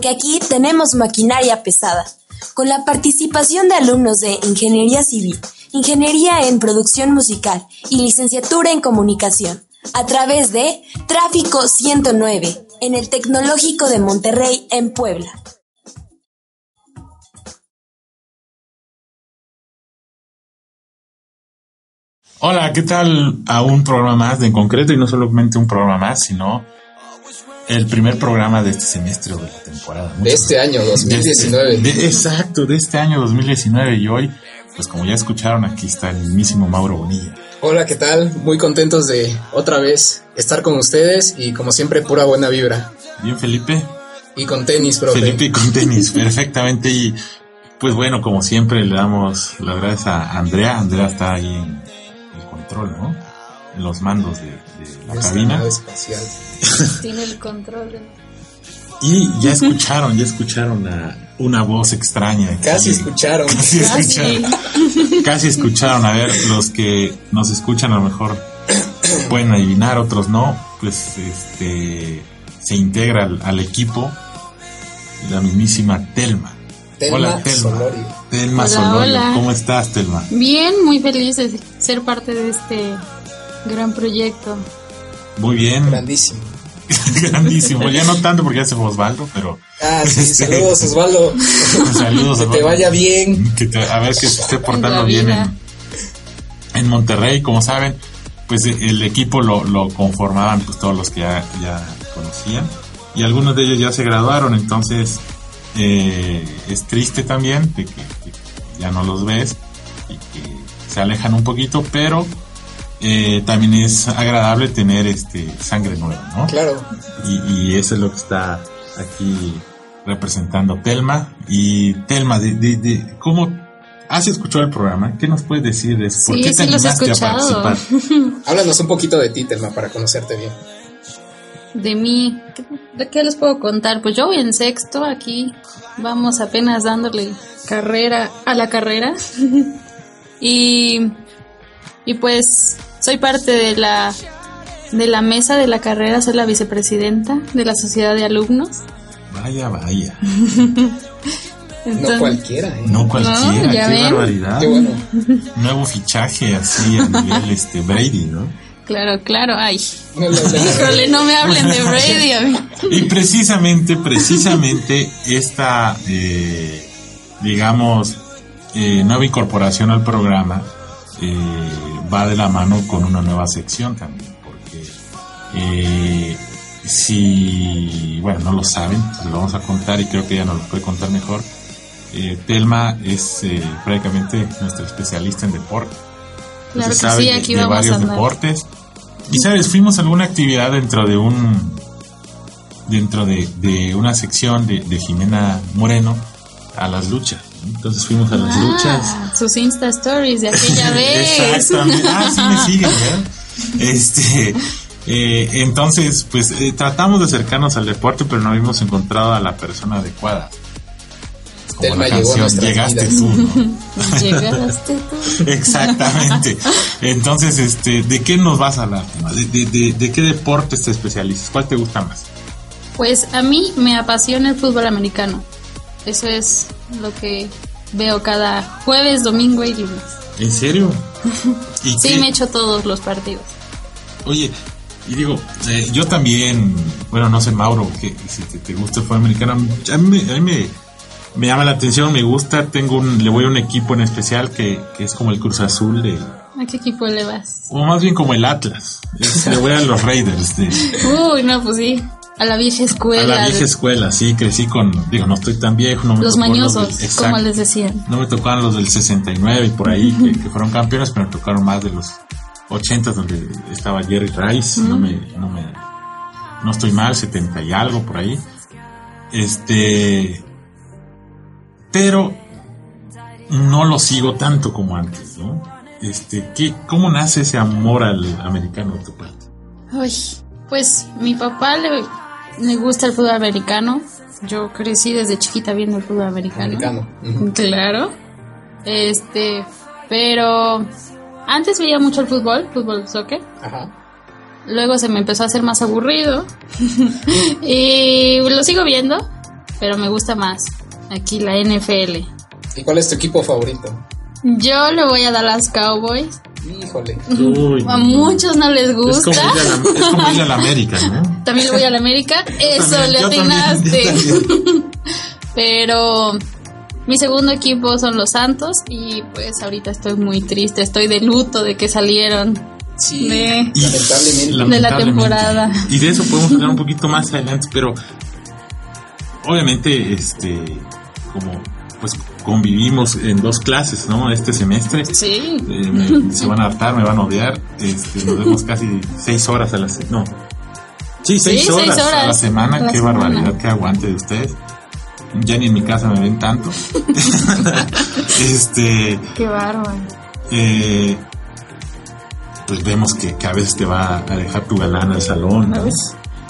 Que aquí tenemos maquinaria pesada. Con la participación de alumnos de Ingeniería Civil, Ingeniería en Producción Musical y Licenciatura en Comunicación, a través de Tráfico 109, en el Tecnológico de Monterrey en Puebla. Hola, ¿qué tal a un programa más de en concreto? Y no solamente un programa más, sino el primer programa de este semestre o de la temporada. De este año, 2019. De este, de, exacto, de este año 2019 y hoy, pues como ya escucharon, aquí está el mismísimo Mauro Bonilla. Hola, ¿qué tal? Muy contentos de otra vez estar con ustedes y como siempre pura buena vibra. Bien, Felipe. Y con tenis, profe. Felipe con tenis, perfectamente. Y pues bueno, como siempre le damos las gracias a Andrea. Andrea está ahí en el control, ¿no? En los mandos de, de la Esta cabina. nave espacial. Tiene el control. de- Y ya escucharon, ya escucharon a una voz extraña. Casi Sí. escucharon. Casi escucharon. Casi escucharon. A ver, los que nos escuchan a lo mejor pueden adivinar, otros no. Pues este se integra al, al equipo la mismísima Telma. Telma hola Telma. Solorio. Telma Hola, Solorio. hola. ¿Cómo estás, Telma? Bien, muy feliz de ser parte de este gran proyecto. Muy bien. Grandísimo. Grandísimo. Ya no tanto porque ya se fue Osvaldo, pero Ah, sí, Este. saludos Osvaldo. saludos. Que te Osvaldo. vaya bien. que te- a ver que se esté En portando la bien vida. en, en Monterrey, como saben, pues e- el equipo lo, lo conformaban pues todos los que ya, ya conocían y algunos de ellos ya se graduaron, entonces eh, es triste también de que, que ya no los ves y que se alejan un poquito, pero eh, también es agradable tener este sangre nueva, ¿no? Claro. Y, y eso es lo que está aquí representando Telma. Y Telma, de, de- de- ¿cómo has escuchado el programa? ¿Qué nos puedes decir de eso? ¿Por Sí, qué te sí los animaste he a escuchado. participar? Háblanos un poquito de ti, Telma, para conocerte bien. De mí, ¿qué- ¿de qué les puedo contar? Pues yo voy en sexto aquí. Vamos apenas dándole carrera a la carrera. y, y pues soy parte de la, de la mesa de la carrera, soy la vicepresidenta de la sociedad de alumnos. Vaya, vaya. No Entonces- cualquiera, ¿eh? No cualquiera, No, ya qué ven. barbaridad. Qué bueno. Nuevo fichaje así a nivel este, Brady, ¿no? Claro, claro, ay. No lo Híjole, no me hablen de Brady. a mí. Y precisamente, precisamente esta, eh, digamos, eh, nueva incorporación al programa eh, va de la mano con una nueva sección también, porque eh, si, bueno, no lo saben, se lo vamos a contar y creo que ella nos lo puede contar mejor. Eh, Telma es eh, prácticamente nuestra especialista en deporte. Claro Se que sabe sí, de- aquí de vamos varios a andar. deportes. Y sabes, fuimos a alguna actividad dentro de un dentro de, de una sección de, de Jimena Moreno a las luchas. Entonces fuimos a las luchas. Ah, sus Insta Stories de aquella vez. Exactamente. Ah, sí me siguen, ¿verdad? Este, eh, entonces, pues eh, tratamos de acercarnos al deporte, pero no habíamos encontrado a la persona adecuada. Es Como Telma la llegó a canción, nuestras llegaste vidas". tú, ¿no? Llegaste tú. Exactamente. Entonces, este, ¿de qué nos vas a hablar? Toma? ¿De, de, de, de qué deportes te especializas? ¿Cuál te gusta más? Pues a mí me apasiona el fútbol americano. Eso es lo que veo cada jueves, domingo y lunes. ¿En serio? ¿Y Sí, qué- me echo todos los partidos. Oye, y digo, eh, yo también, bueno, no sé, Mauro, que si te, te gusta el fútbol americano, a mí, me- a mí me, me llama la atención, me gusta, tengo un, le voy a un equipo en especial que, que es como el Cruz Azul, de, ¿A qué equipo le vas? o más bien como el Atlas, es- le voy a los Raiders, de, Uy, no, pues sí. A la vieja escuela. a la vieja escuela, sí, crecí con, digo, no estoy tan viejo, no me los tocó mañosos, del- exacto. como les decían. No me tocaron los del 69 y por ahí, que, que fueron campeones, pero me tocaron más de los 80 donde estaba Jerry Rice. No, me, no, me, no estoy mal, 70 y algo por ahí. Este. Pero no lo sigo tanto como antes, ¿no? Este, ¿qué, ¿cómo nace ese amor al americano de tu parte? Ay, pues mi papá le, le gusta el fútbol americano. Yo crecí desde chiquita viendo el fútbol americano. Americano. Ujú. Claro. Este, pero antes veía mucho el fútbol, fútbol soccer. Ajá. Luego se me empezó a hacer más aburrido. y lo sigo viendo, pero me gusta más. Aquí la NFL. ¿Y cuál es tu equipo favorito? Yo le voy a dar las Cowboys. Híjole. Uy, A muchos no les es como gusta. ir a la- es como ir a la América, ¿no? También le voy a la América. Eso, También, le yo también, atinaste. yo también. Pero mi segundo equipo son los Santos y pues ahorita estoy muy triste, estoy de luto de que salieron Sí. de... Y- Lamentablemente. la lamentablemente. temporada. Y de eso podemos hablar un poquito más adelante, pero obviamente, este, como pues convivimos en dos clases, ¿no? Este semestre. Sí, Eh, me- se van a hartar, me van a odiar. Este, nos vemos casi seis horas a la se- No. Sí, seis, Sí, seis horas, a la horas. semana. A la qué semana. barbaridad, qué aguante de ustedes. Ya ni en mi casa me ven tanto. este. qué bárbaro. eh, pues vemos que, que a veces te va a dejar tu galán al salón. ¿no?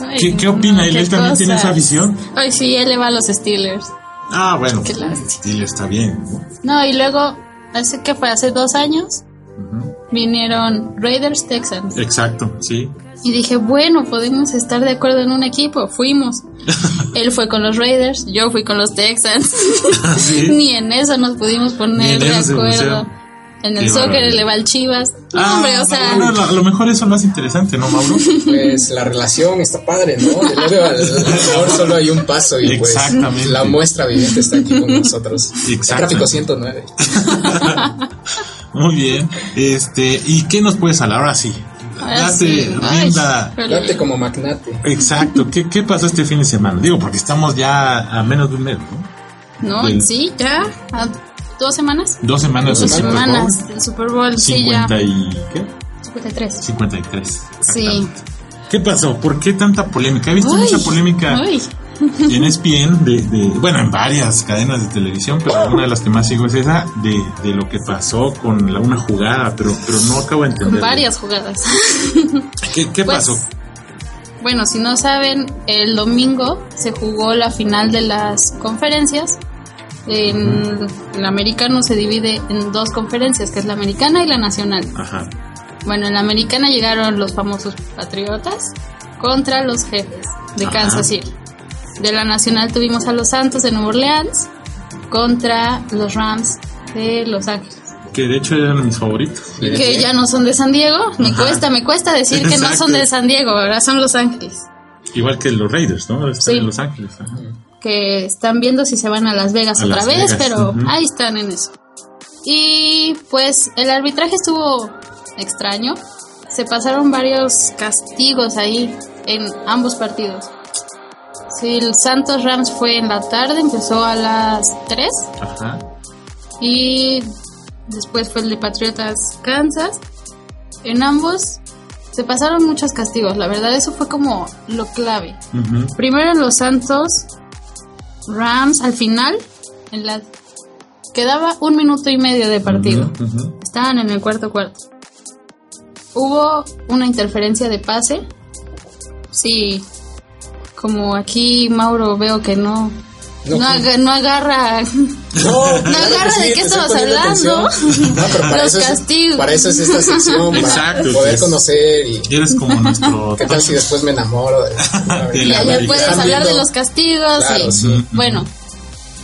Ay, ¿Qué, qué no, opina? ¿Él qué él también tiene esa cosas. visión? Ay, sí, él le va a los Steelers. Ah, bueno. Qué pues, lástima. sí, está bien. ¿no? No, y luego, hace que fue hace dos años, vinieron Raiders Texans. Exacto, sí. Y dije, bueno, podemos estar de acuerdo en un equipo. Fuimos. Él fue con los Raiders, yo fui con los Texans. Ah, Sí. Ni en eso nos pudimos poner Ni en de eso se acuerdo. pusieron. En el Qué soccer barbaridad. él le va al Chivas. No, Ah, hombre, o no, sea, bueno, a lo mejor eso es más interesante, ¿no, Mauro? Pues la relación está padre, ¿no? Del odio al amor solo hay un paso y pues Exactamente. la muestra viviente está aquí con nosotros. Exacto. Tráfico 109. Muy bien. Este, ¿y qué nos puedes hablar ahora sí? ahora Date sí. Ay, rienda. pero- Date como magnate. Exacto. ¿Qué, ¿Qué pasó este fin de semana? Digo, porque estamos ya a menos de un mes, ¿no? No, Del- sí, ya. ¿A ¿Dos semanas? Dos semanas del Dos Super Bowl. semanas del Super Bowl, sí, ya. 50 y ¿qué? 53. 53. Sí. ¿Qué pasó? ¿Por qué tanta polémica? ¿He visto mucha polémica Uy, en E ESPN? De, de- bueno, en varias cadenas de televisión, pero una de las que más sigo es esa de, de lo que pasó con la, una jugada, pero, pero no acabo de entender. varias jugadas. ¿Qué, qué Pues, pasó? Bueno, si no saben, el domingo se jugó la final de las conferencias. En el americano se divide en dos conferencias, que es la americana y la nacional. Ajá. Bueno, en la americana llegaron los famosos patriotas contra los jefes de Ajá. Kansas City. De la nacional tuvimos a los Santos de Nueva Orleans contra los Rams de Los Ángeles. Que de hecho eran mis favoritos. Que ya no son de San Diego. Me cuesta, me cuesta decir que no son Exacto. de San Diego, ahora son Los Ángeles. Igual que los Raiders, ¿no? Están Sí. en Los Ángeles. ajá. que están viendo si se van a Las Vegas A otra Las vez, Vegas, pero ujú. ahí están en eso. Y pues el arbitraje estuvo extraño. Se pasaron varios castigos ahí en ambos partidos. Si el Santos Rams fue en la tarde, empezó a las 3 Ajá. y después fue el de Patriotas Kansas. En ambos se pasaron muchos castigos, la verdad eso fue como lo clave. Ujú. Primero los Santos, Rams al final, en la quedaba un minuto y medio de partido. Ujú, ujú. Estaban en el cuarto cuarto. Hubo una interferencia de pase. Sí, como aquí Mauro veo que no no, No, aga- no agarra. No, agarra de qué estabas hablando. No, pero para Los eso es- castigos. para eso es esta sección, para Exacto, poder es- conocer y Eres como nuestro. qué tal si después me enamoro. De, De Y la ya americana. puedes hablar de los castigos Claro, y sí. Bueno,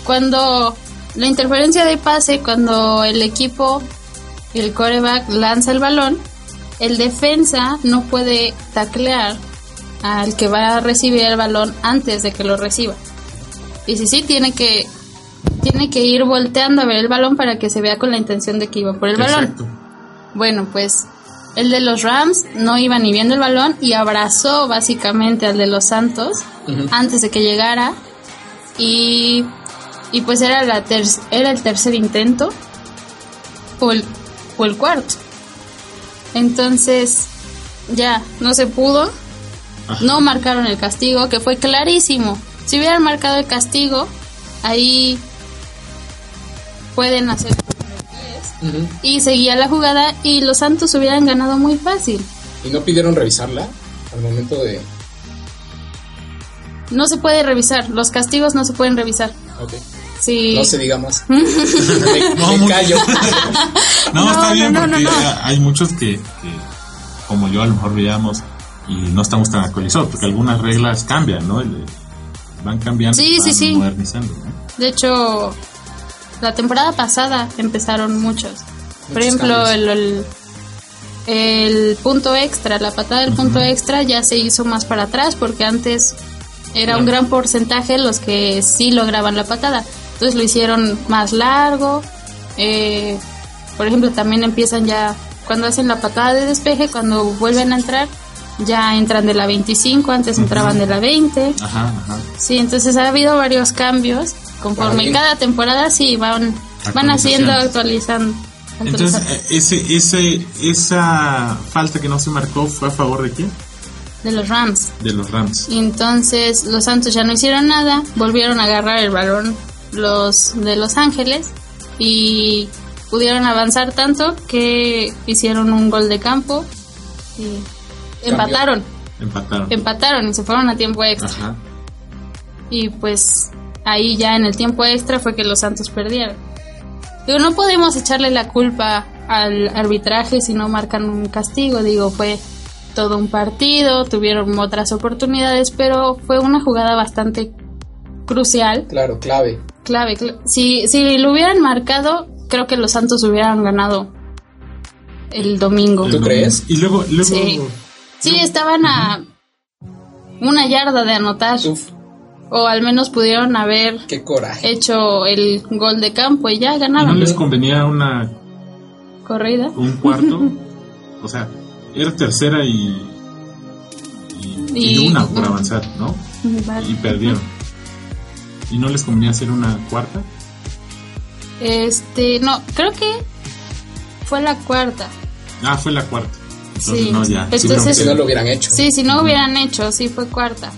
cuando la interferencia de pase, cuando el equipo, el coreback lanza el balón, el defensa no puede taclear al que va a recibir el balón antes de que lo reciba. Y si sí, tiene que, tiene que ir volteando a ver el balón para que se vea con la intención de que iba por el balón. Exacto. Bueno, pues el de los Rams no iba ni viendo el balón y abrazó básicamente al de los Santos Ujú. antes de que llegara. Y, y pues era, la ter- era el tercer intento o el, o el cuarto. Entonces ya no se pudo. Ajá. No marcaron el castigo, que fue clarísimo. Si hubieran marcado el castigo, ahí pueden hacer Ujú. y seguía la jugada y los Santos hubieran ganado muy fácil. ¿Y no pidieron revisarla al momento de...? No se puede revisar, los castigos no se pueden revisar. Ok, Sí. no se diga más. me, No, me muy- callo. No, No, está no, bien, no, porque no, no. eh, hay muchos que, que, como yo, a lo mejor veíamos y no estamos tan actualizados, porque algunas reglas cambian, ¿no? El- Van cambiando, Sí, van sí, sí. modernizando, ¿no? De hecho, la temporada pasada empezaron muchos. Por Muchos ejemplo, cambios. el, el- el punto extra, la patada del punto extra ya se hizo más para atrás porque antes era un gran porcentaje los que sí lograban la patada. Entonces lo hicieron más largo. eh, por ejemplo, también empiezan ya cuando hacen la patada de despeje, cuando vuelven a entrar, ya entran de la 25, antes entraban de la 20. Ajá, ajá. Sí, entonces ha habido varios cambios. Conforme Vale. cada temporada sí van, van haciendo, actualizando. Entonces, actualizando. eh, ese, ese, esa falta que no se marcó fue a favor de quién? de los Rams. De los Rams. Y entonces los Santos ya no hicieron nada, volvieron a agarrar el balón los de Los Ángeles y pudieron avanzar tanto que hicieron un gol de campo y empataron, Empataron. empataron y se fueron a tiempo extra. Ajá. Y pues ahí ya en el tiempo extra fue que los Santos perdieron. Digo, no podemos echarle la culpa al arbitraje si no marcan un castigo. Digo, fue todo un partido, tuvieron otras oportunidades, pero fue una jugada bastante crucial, Claro, clave. clave. cl- si, si lo hubieran marcado, creo que los Santos hubieran ganado el domingo. ¿Tú crees? Y luego, luego Sí. Sí, estaban a una yarda de anotar, Uf, o al menos pudieron haber qué coraje. hecho el gol de campo y ya ¿y no ganaron. les convenía una Corrida. un cuarto. o sea, era tercera y, y, y Y- una por avanzar, ¿no? Y perdieron. ¿Y no les convenía hacer una cuarta? Este, no, creo que fue la cuarta. Ah, fue la cuarta. Entonces, Sí. no, ya. Entonces- tuvieron que- Si no lo hubieran hecho. Sí, si no hubieran hecho, sí fue cuarta.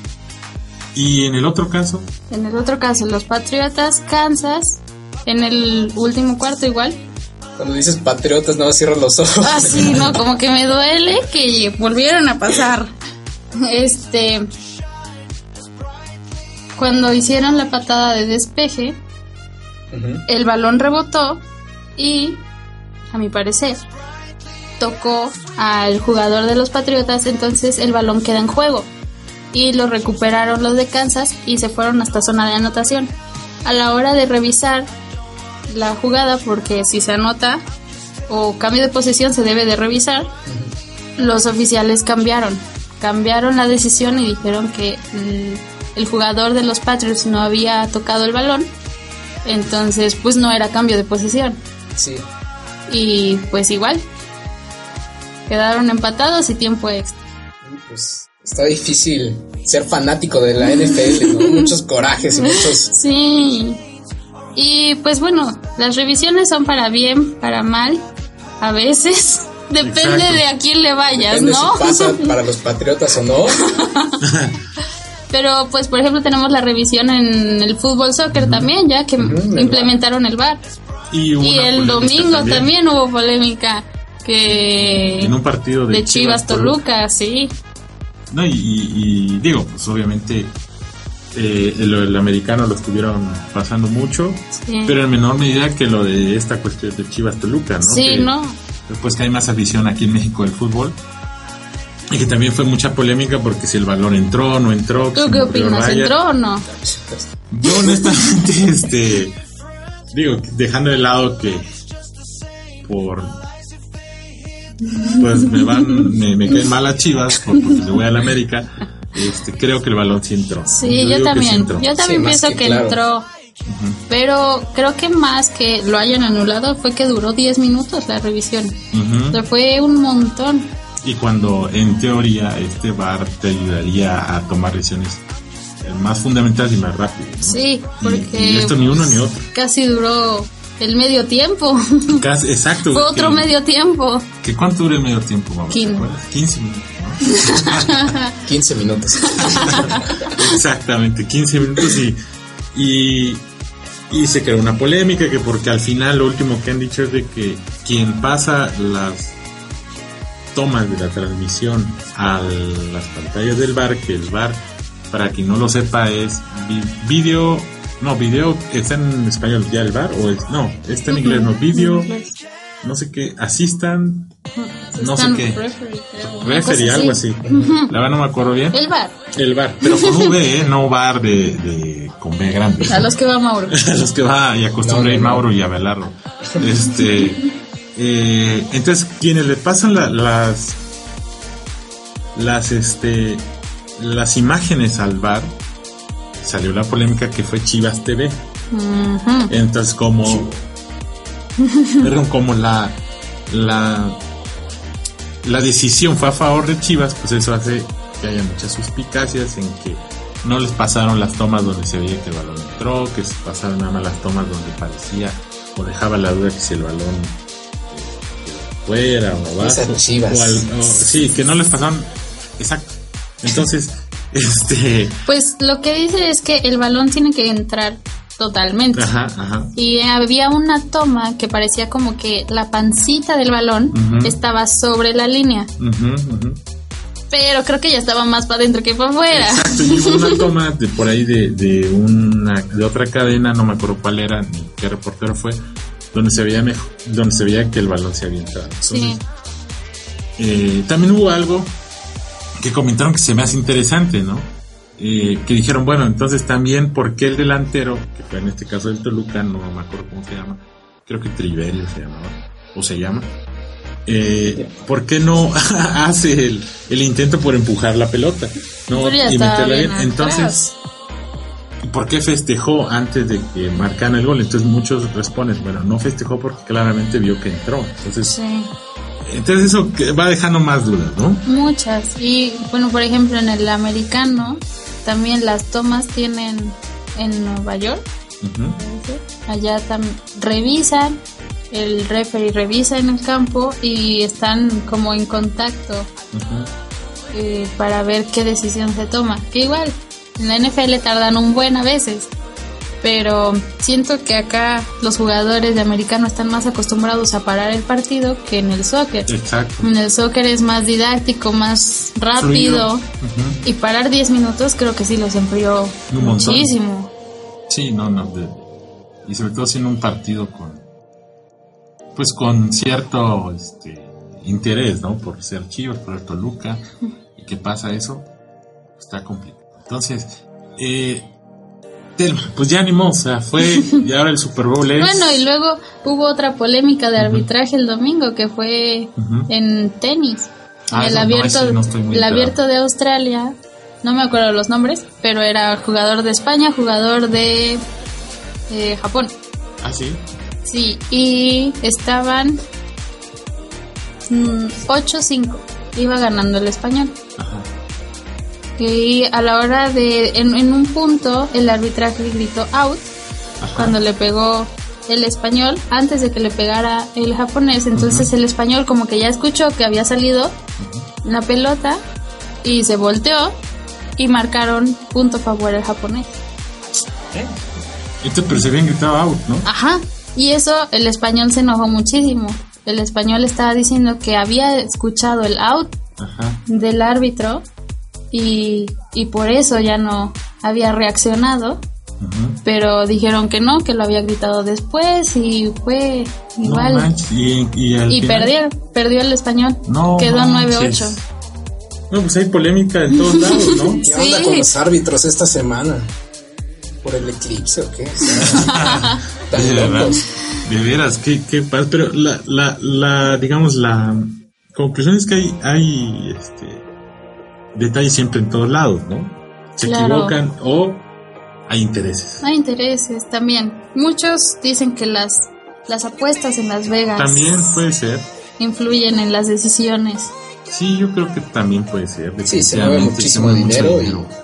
y en el otro caso, En el otro caso, los Patriotas, Kansas, en el último cuarto igual. Cuando dices patriotas, no cierras los ojos. Ah, sí, no, como que me duele que volvieron a pasar. Este. Cuando hicieron la patada de despeje, Ujú. el balón rebotó y, a mi parecer, tocó al jugador de los Patriotas, entonces el balón queda en juego. Y lo recuperaron los de Kansas y se fueron hasta zona de anotación. A la hora de revisar la jugada, porque si se anota o cambio de posición se debe de revisar, los oficiales cambiaron. Cambiaron la decisión y dijeron que mm, el jugador de los Patriots no había tocado el balón entonces, pues no era cambio de posesión. Sí. Y pues igual. Quedaron empatados y tiempo extra. Pues está difícil ser fanático de la NFL, ¿no? Muchos corajes y muchos. Sí. Y pues bueno, las revisiones son para bien, para mal, a veces. Depende Exacto. de a quién le vayas, Depende ¿no? si pasa para los patriotas o no. Pero pues por ejemplo tenemos la revisión en el fútbol soccer también, ya que el VAR. implementaron el VAR. y, hubo Y una el polémica domingo también. hubo polémica que En un partido de, Ah, de Chivas Toluca, sí. No, y, y- y digo, pues obviamente eh, el, el americano lo estuvieron pasando mucho, sí. pero en menor medida que lo de esta cuestión de Chivas Toluca, ¿no? Sí, Que- no. pues que hay más afición aquí en México del fútbol. Y que también fue mucha polémica porque si el balón entró, no entró. que ¿Tú se qué murió opinas? Raya. ¿Entró o no? Yo honestamente, este, digo, dejando de lado que por, pues me van, me, me caen mal las chivas por- porque le voy a la América, este, creo que el balón sí entró. Sí, digo yo, que sí también. entró. Yo también Sí, más pienso que que, claro. entró. Pero creo que más que lo hayan anulado fue que duró 10 minutos la revisión. Ujú. O sea, fue un montón. Y cuando en teoría este bar te ayudaría a tomar decisiones eh, más fundamentales y más rápidas. ¿no? Sí, Y- porque pues, y esto ni uno ni otro. casi duró el medio tiempo. Casi- exacto. fue que- otro medio tiempo. que ¿Cuánto dura el medio tiempo, mamá? ¿Te Quince. acuerdas? 15 minutos. ¿no? 15 minutos. Exactamente, 15 minutos y, y, y se creó una polémica que porque al final lo último que han dicho es de que quien pasa las tomas de la transmisión a las pantallas del bar, que el bar, para quien no lo sepa, es vi- video, no, video está en español ya el bar, o es, no, está en inglés, no, video, no sé qué, asistan, no sé qué. referee, algo así. La verdad no me acuerdo bien. El bar, El bar, pero con V, ¿eh? no bar de, de con B grande. a los que va Mauro. a los que va y acostumbra ir No, no, no. Mauro y a Belardo. Este, eh, entonces, quienes le pasan la- las, las, este, las imágenes al bar, salió la polémica que fue Chivas TV. Ujú. Entonces, como, perdón, como la, la, la decisión fue a favor de Chivas, pues eso hace que haya muchas suspicacias en que no les pasaron las tomas donde se veía que el balón entró, que se pasaron nada más las tomas donde parecía o dejaba la duda que si el balón eh, quedó fuera o abajo. Esas Chivas. o al- o- sí, que no les pasaron. Exacto. Entonces, este. Pues lo que dice es que el balón tiene que entrar totalmente. Ajá, ajá. Y había una toma que parecía como que la pancita del balón Ujú. estaba sobre la línea, ujú, ujú. pero creo que ya estaba más para adentro que para afuera. Exacto, y hubo una toma de por ahí de, de una de otra cadena, no me acuerdo cuál era ni qué reportero fue, donde se veía mejor, donde se veía que el balón se había entrado. Sí. Eh, también hubo algo que comentaron que se me hace interesante, ¿no? Eh, que dijeron, bueno, entonces también, ¿por qué el delantero, que fue en este caso el Toluca, no me acuerdo cómo se llama, creo que Trivelio se llamaba, o se llama, eh, ¿por qué no hace el, el intento por empujar la pelota? ¿no? Pero ya Y estaba meterla bien atrás. Entonces, ¿por qué festejó antes de que marcaran el gol? Entonces muchos responden, bueno, no festejó porque claramente vio que entró. Entonces, Sí. entonces eso que va dejando más dudas, ¿no? Muchas. Y bueno, por ejemplo, en el americano también las tomas tienen en Nueva York. Ujú. Allá tam- revisan, el referee revisa en el campo y están como en contacto Ujú. eh, para ver qué decisión se toma. Que igual, en la NFL tardan un buen a veces. Pero siento que acá los jugadores de americano están más acostumbrados a parar el partido que en el soccer. Exacto. En el soccer es más didáctico, más rápido. Fluido. Ujú. Y parar 10 minutos creo que sí los enfrió Un montón. muchísimo. Sí, no, no. de- y sobre todo siendo un partido con. Pues con cierto este, interés, ¿no? Por ser Chivas, por ser Toluca. ¿Y qué pasa eso? Está complicado. Entonces, eh, Telma, pues ya animó, o sea, fue. Y ahora el Super Bowl es. Bueno, y luego hubo otra polémica de arbitraje el domingo que fue Ujú. en tenis. Ah, el eso no, abierto, ese no estoy muy el enterado. abierto de Australia, no me acuerdo los nombres, pero era jugador de España, jugador de eh, Japón. Ah, sí. Sí, y estaban mm, 8-5. Iba ganando el español. Ajá. Y a la hora de. En, en un punto, el arbitraje gritó out cuando le pegó el español antes de que le pegara el japonés. Entonces, el español, como que ya escuchó que había salido la pelota y se volteó y marcaron punto favor al japonés. Entonces, pero se habían gritado out, ¿no? Ajá. Y eso el español se enojó muchísimo. El español estaba diciendo que había escuchado el out Ajá. del árbitro y, y por eso ya no había reaccionado. Ujú. Pero dijeron que no, que lo había gritado después y fue No igual. manches, y, y, al y final- perdieron, perdió el español. No Quedó manches. 9-8. No, pues hay polémica en todos lados, ¿no? ¿Qué onda Sí. con los árbitros esta semana? ¿Por el eclipse o qué? O sea, tan De verdad, locos. de veras, qué, qué paz. Pero la, la, la, digamos, la conclusión es que hay, hay este, detalles siempre en todos lados, ¿no? Se Claro. equivocan o hay intereses. Hay intereses también. Muchos dicen que las, las apuestas en Las Vegas También puede ser. influyen en las decisiones. Sí, yo creo que también puede ser. Sí, se mueve definitivamente, muchísimo mueve mucho dinero y-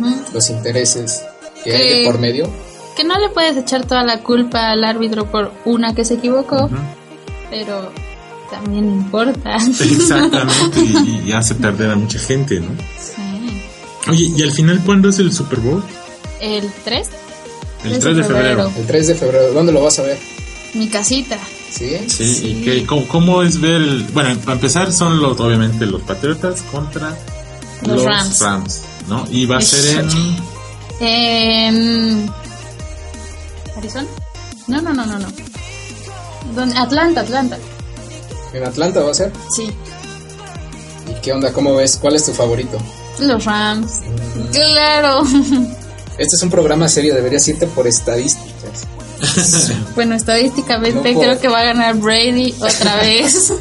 Ujú. Los intereses que hay de Eh, por medio. Que no le puedes echar toda la culpa al árbitro por una que se equivocó, Ujú. pero también importa. Exactamente, y, y hace perder a mucha gente, ¿no? Sí. Oye, ¿y al final cuándo es el Super Bowl? El 3, El 3 de febrero. El 3 de febrero, ¿dónde lo vas a ver? mi casita. ¿Sí? Sí, Sí. ¿y qué, cómo, cómo es ver el...? Bueno, para empezar son los, obviamente, los Patriotas contra Los Rams. ¿no? Y va a Es- ser en... En... ¿Arizona? Em, No, no, no, no, no. ¿Dónde? Atlanta, Atlanta. ¿En Atlanta va a ser? Sí. ¿Y qué onda? ¿Cómo ves? ¿Cuál es tu favorito? Los Rams. Claro. Este es un programa serio, deberías irte por estadísticas. Bueno, estadísticamente No puedo. creo que va a ganar Brady otra vez.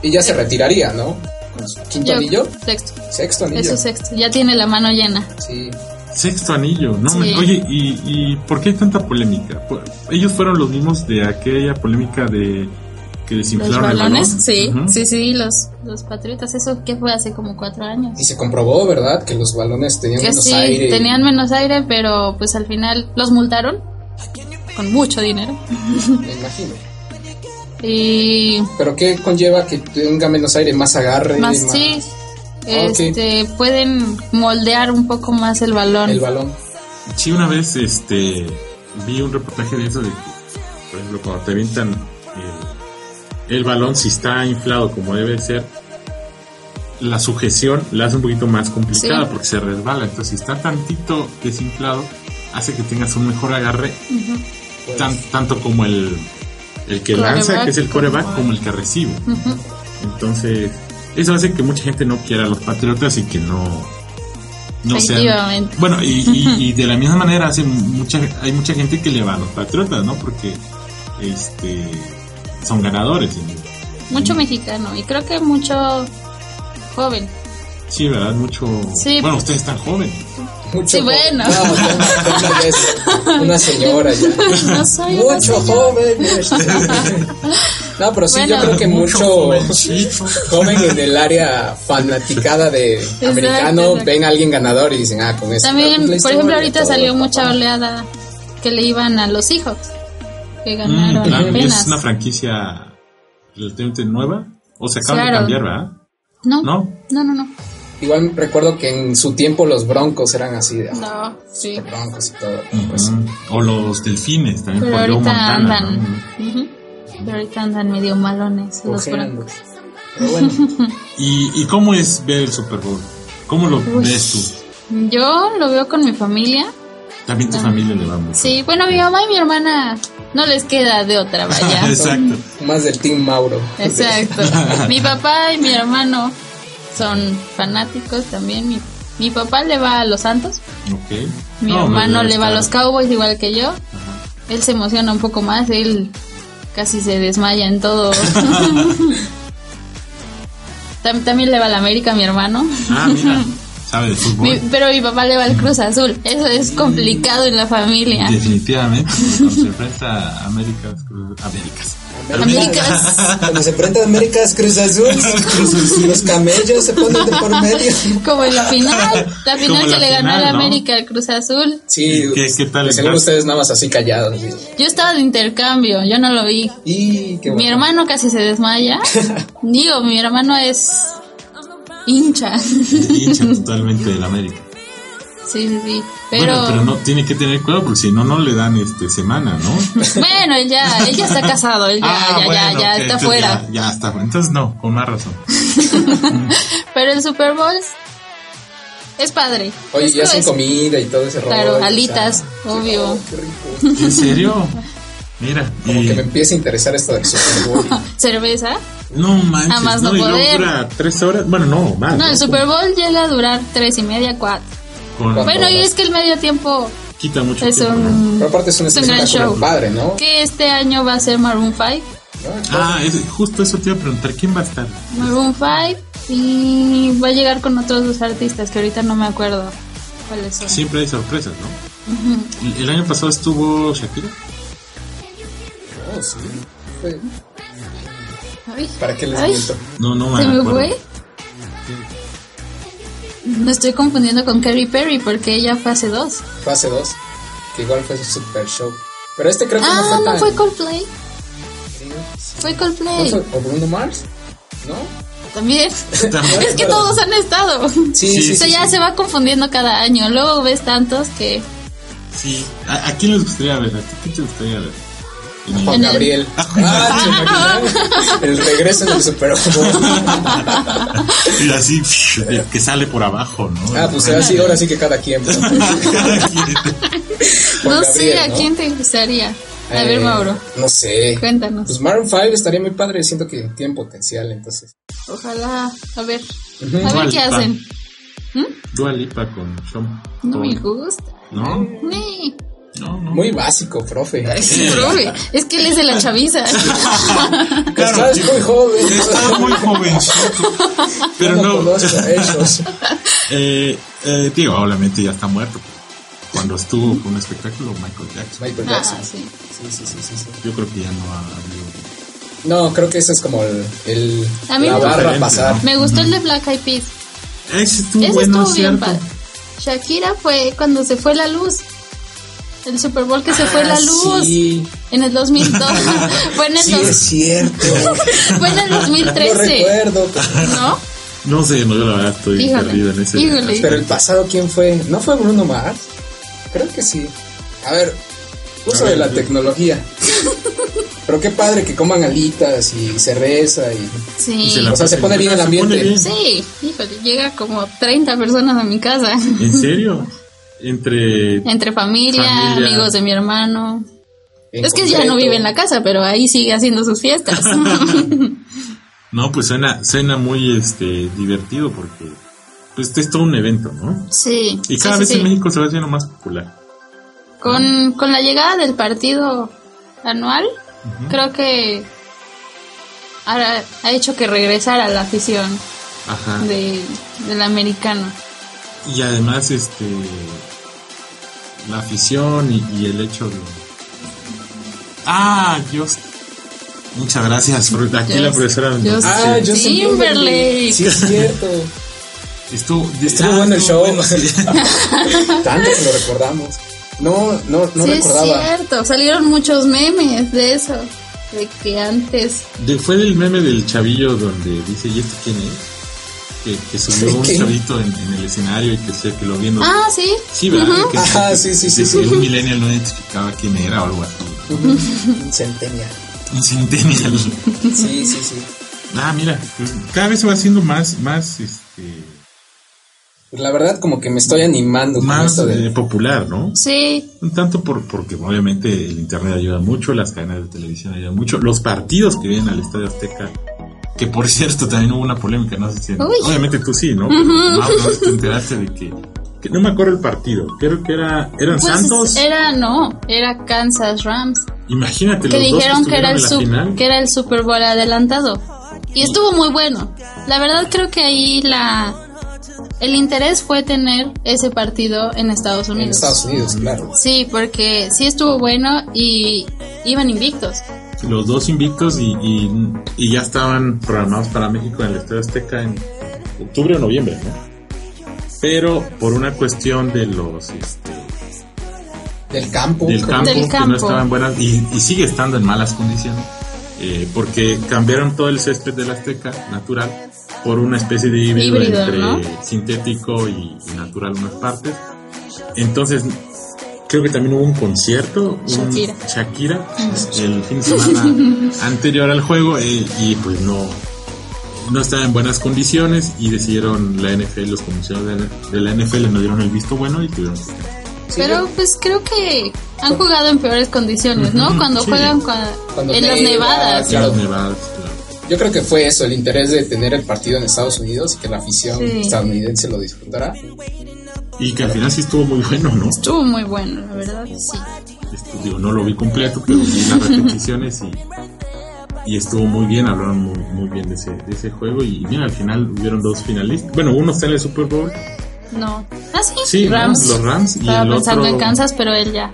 Y ya se retiraría, ¿no? Con su Quinto anillo, Sexto. sexto Es anillo. su sexto. Ya tiene la mano llena. Sí. Sexto anillo, ¿no? Sí. Oye, ¿y, y por qué hay tanta polémica? Por- Ellos fueron los mismos de aquella polémica de que Los desinflaron el balones. balón. Sí, Ujú. sí, sí. Los, los patriotas. Eso que fue hace como cuatro años. Y se comprobó, ¿verdad? Que los balones tenían Que menos sí, aire. y- tenían menos aire, pero pues al final los multaron. Con mucho dinero. Me imagino. Y ¿Pero qué conlleva que tenga menos aire, más agarre? más sí. Este, pueden moldear un poco más el balón. El balón. Sí, una vez este vi un reportaje de eso de que, por ejemplo, cuando te avientan el, el balón, si está inflado como debe ser, la sujeción la hace un poquito más complicada Sí. porque se resbala. Entonces, si está tantito desinflado, hace que tengas un mejor agarre, Pues, tan- tanto como el, el que Coreback, lanza, que es el coreback, como- como el que recibe. Ujú. Entonces, eso hace que mucha gente no quiera a los patriotas y que no. No sean. Efectivamente. Bueno, y, y- y de la misma manera hace mucha, hay mucha gente que le va a los patriotas, ¿no? Porque este son ganadores. Mucho mexicano y creo que mucho joven. Sí, ¿verdad? Mucho. Sí. pues, Bueno, ustedes están jóvenes. mucho Sí, jo- bueno. No, no, no, no, no, es una señora ya. Pues, No soy una Mucho joven. No, pero sí, yo Bueno. creo que mucho jovencito. joven en el área fanaticada de americano exacto. ven a alguien ganador y dicen, ah, con eso. También, pues, la por historia, ejemplo, ahorita todo, salió papá. mucha oleada que le iban a los Seahawks, que Mm, ganaron claro, y apenas. es una franquicia relativamente nueva. O se acaban Claro. de cambiar, ¿verdad? no, no, ¿No? no, no, no, Igual recuerdo que en su tiempo los broncos eran así, de, "Ah, sí. broncos y todo. pues, Ujú. Mm, O los delfines también. por Pero Joe ahorita Montana, andan, ¿no? ujú, pero ahorita andan medio malones los cojeando. broncos. Pero bueno, ¿Y, y cómo es ver el Super Bowl? ¿Cómo lo Uy. ves tú? Yo lo veo con mi familia. También tu familia le va mucho. Ah. Sí, bueno, mi mamá y mi hermana no les queda de otra, vaya. Exacto. más del Team Mauro. Exacto. Mi papá y mi hermano son fanáticos también. Mi, mi papá le va a los Santos, Ok. mi No, hermano hombre, le va a los está- Cowboys igual que yo. Ajá. Él se emociona un poco más, él casi se desmaya en todo. Tam- también le va a la América mi hermano. Ah, mira. Sabe de fútbol. Mi- pero mi papá le va al Cruz Azul. Eso es complicado en la familia. Definitivamente. porque Cuando se enfrenta a Américas. Cruz- Américas. Américas. Cuando se enfrenta a Américas Cruz Azul, los camellos se ponen de por medio. Como en la final, la final que la le ganó final, al ¿no? América al Cruz Azul. Sí, ¿Y qué- qué tal de seguro estás? ustedes nada más así callados. así. Yo estaba de intercambio, yo no lo vi. Y qué Mi bueno. hermano casi se desmaya. Digo, mi hermano es hincha. Sí, Hincha totalmente del América. sí, sí. Bueno, Pero pero bueno, no tiene que tener cuidado porque si no, no le dan este semana, ¿no? Ah, él ya, él ya está casado, él Pues ya, ya, ya, bueno, ya ok, está entonces fuera. Ya, ya está fuera. Entonces, no, con más razón. Pero el Super Bowl es padre. Oye, Es- ya hacen es- comida y todo ese rollo. Claro, o sea, alitas, obvio. qué rico. ¿En serio? Mira. Como y- que me empieza a interesar esto del Super Bowl. Cerveza. No manches. A más no y luego poder. dura tres horas. Bueno, no, más. Ah, No, el pues Super Bowl llega a durar tres y media, cuatro. Con- Bueno, Bueno, y horas. es que el medio tiempo quita mucho es tiempo, ¿no? un... Pero aparte es un Es un gran espectáculo show. padre, ¿no? Que este año va a ser Maroon 5. Ah, es- justo eso te iba a preguntar. ¿Quién va a estar? Maroon 5 y va a llegar con otros dos artistas que ahorita no me acuerdo cuáles son. Siempre hay sorpresas, ¿no? El- El año pasado estuvo Shakira. Oh, sí. Fue- Ay, ¿Para qué les ay, miento? No, no, ¿Se me acuerdo. fue? Me estoy confundiendo con Katy Perry porque ella fue hace dos. Fase 2, que igual fue su super show. Pero este creo que no Ah, fue tan... ¿no fue Coldplay? Sí, Fue ¿No Coldplay. fue- ¿O Bruno Mars? ¿No? También. También. Es que todos han estado. Sí, Sí, sí, sí. o sea, ya se va confundiendo cada año. Luego ves tantos que. Sí. ¿A, a quién les gustaría ver? ¿A ti qué te gustaría ver? En el- Juan en el- Gabriel. Ah, ¿se imaginan? El regreso del Super Bowl. Y así, de- que sale por abajo, ¿no? Ah, pues ahora sí, ahora sí que cada quien. pues. Cada quien. Juan no sé Gabriel, a ¿no? quién te gustaría. A Eh, ver, Mauro, No sé. Pues cuéntanos. Maroon 5 estaría muy padre, siento que tienen potencial, entonces. Ojalá. A ver. Ujú. A ver ¿Cuál qué está? hacen. ¿Mm? Dua Lipa con Sean No Paul. me gusta. ¿No? Ni. No, no. Muy básico, profe. Sí, profe, Es que él es de la chaviza. Claro, Estás chico. muy joven. Estás muy jovencito. Pero Yo no. conozco a ellos. Eh, eh, digo, obviamente ya está muerto. pero Cuando estuvo con un espectáculo, Michael Jackson. Michael Ah, Jackson. sí. Sí, sí, sí, sí, sí. Yo creo que ya no ha habido. No, creo que eso es como el, el- A mí la me- barra a Referente, pasar. ¿no? Me gustó el de Black Eyed Peas. Ese estuvo Ese bueno, estuvo bien ¿cierto? padre. Shakira fue cuando se fue la luz. El Super Bowl que se fue la Ah, luz Sí, en el 2002. fue, en el sí dos- es cierto. fue en el no 2013. recuerdo. ¿No? No sé, no, yo la verdad estoy Híjole, perdido en ese. híjole. Pero el pasado, ¿quién fue? ¿No fue Bruno Mars? Creo que sí. A ver, uso A de ver, la sí. tecnología. Pero qué padre que coman alitas y cerveza y... Y Sí. la O sea, se pasen- pone bien el se pone ambiente. bien. Sí, híjole, llega como 30 personas a mi casa. ¿En serio? Entre. Entre familia, Familia. amigos de mi hermano. en es que ya no concreto. vive en la casa, pero ahí sigue haciendo sus fiestas. No, pues suena, suena muy este, divertido porque. Pues es todo un evento, ¿no? sí. Y sí, cada sí, vez sí. en México se va haciendo más popular. Con, con la llegada del partido anual, Ujú. creo que ha, ha hecho que regresara la afición Ajá. de, del americano. Y además, este. La afición y, y el hecho de. ¡Ah! Dios. Muchas gracias. por- Aquí la Just- profesora. nos Just- dice- Ah, yo Timberlake. Sí, es cierto. Estuvo, Estuvo ah, bueno el estuvo show. bueno, sí. Tanto que lo recordamos. No, no, no sí, es recordaba. cierto, salieron muchos memes de eso, de que antes... De- fue del meme del chavillo donde dice, ¿y este quién es? Que, que subió un ¿Qué? chavito en, en el escenario y que decía que lo viendo. Ah, sí. sí, ¿verdad? Ujú. Que, Ajá, que- sí, sí, sí, que sí. Un millennial no identificaba quién era o algo así. Centennial. Un centennial. Sí, sí, sí. ah, mira, pues, cada vez se va haciendo más, más, este, Pues la verdad como que me estoy animando con más esto de... eh, popular, ¿no? Sí, Un tanto por, porque obviamente el internet ayuda mucho, las cadenas de televisión ayudan mucho, los partidos que vienen al Estadio Azteca, que por cierto también hubo una polémica, no sé si... Uy. Obviamente tú sí, ¿no? Pero, Mau, no, te enteraste de que, que No me acuerdo el partido, creo que era... ¿Eran pues Santos? era, no, era Kansas Rams, Imagínate, que los dos dijeron que estuvieron era, el en la sup- final. que era el Super Bowl adelantado. Y estuvo muy bueno. La verdad creo que ahí la... El interés fue tener ese partido en Estados Unidos. En Estados Unidos, claro. Sí, porque sí estuvo bueno y iban invictos. Los dos invictos y, y, y ya estaban programados para México en el Estadio Azteca en octubre o noviembre, ¿no? Pero por una cuestión de los... este, Del campo. del campo, Del que no campo. estaba en buenas y, y sigue estando en malas condiciones eh, porque cambiaron todo el césped del Azteca natural por una especie de híbrido, Híbrido, entre ¿no? sintético y, y natural en unas partes. Entonces creo que también hubo un concierto, un Shakira. Shakira, el fin de semana anterior al juego eh, y pues no no estaba en buenas condiciones y decidieron la NFL, los comisionados de la, de la NFL no dieron el visto bueno y tuvieron que Sí, Pero pues creo que han jugado en peores condiciones, ¿no? Ujú, Cuando sí. juegan cua- Cuando en las neva, nevadas. Claro. las nevadas, claro. Yo creo que fue eso, el interés de tener el partido en Estados Unidos y que la afición Sí. estadounidense lo disfrutara. Y que al final sí estuvo muy bueno, ¿no? Estuvo muy bueno, la verdad, sí. Esto, digo, no lo vi completo, pero vi las repeticiones y, y estuvo muy bien, hablaron muy, muy bien de ese, de ese juego. Y mira, al final hubieron dos finalistas. Bueno, uno está en el Super Bowl, No. Ah, sí, Sí, ¿no? Rams. Los Rams y Estaba el pensando otro- en Kansas, pero él ya.